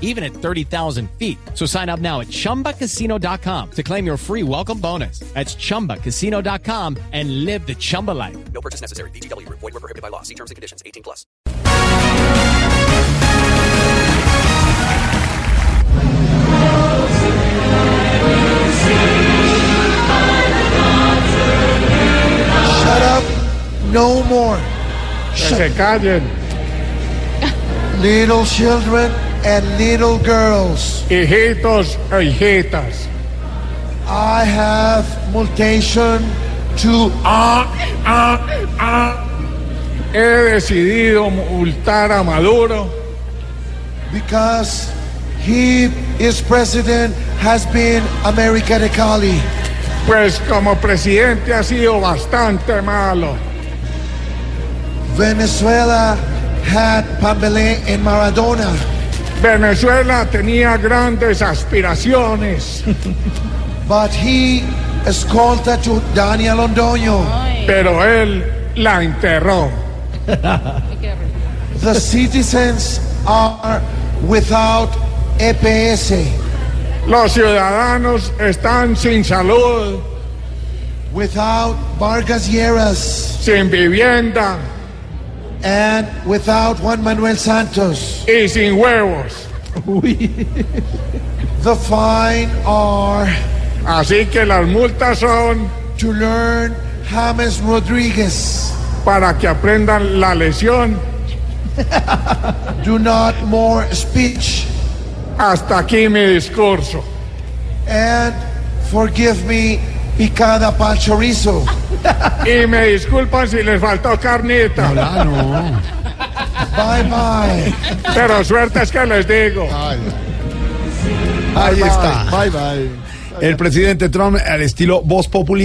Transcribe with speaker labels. Speaker 1: even at 30,000 feet. So sign up now at ChumbaCasino.com to claim your free welcome bonus. That's ChumbaCasino.com and live the Chumba life.
Speaker 2: No purchase necessary. BGW. Void were prohibited by law. See terms and conditions. 18 plus.
Speaker 3: Shut up. No more.
Speaker 4: Se callen
Speaker 3: Little children and little girls.
Speaker 4: hijitos e hijitas.
Speaker 3: I have mutation to
Speaker 4: Ah, ah, ah. He decidido multar a Maduro
Speaker 3: because he is president has been America Decali.
Speaker 4: pues como presidente ha sido bastante malo.
Speaker 3: Venezuela had Pambelé and Maradona.
Speaker 4: Venezuela tenía grandes aspiraciones,
Speaker 3: But he escolta to Daniel Londoño.
Speaker 4: pero él la enterró.
Speaker 3: The citizens are without E EPS.
Speaker 4: Los ciudadanos están sin salud,
Speaker 3: without Vargas Lleras
Speaker 4: sin vivienda
Speaker 3: and without Juan Manuel Santos.
Speaker 4: y sin huevos.
Speaker 3: The fine are
Speaker 4: Así que las multas son
Speaker 3: to learn James Rodriguez.
Speaker 4: para que aprendan la lesión
Speaker 3: Do not more speech
Speaker 4: Hasta aquí mi discurso.
Speaker 3: and forgive me picada pal chorizo.
Speaker 4: Y me disculpan si les faltó carnita,
Speaker 3: Bye bye.
Speaker 4: pero suerte es que les digo.
Speaker 5: Ahí está. El presidente Trump al estilo voz populi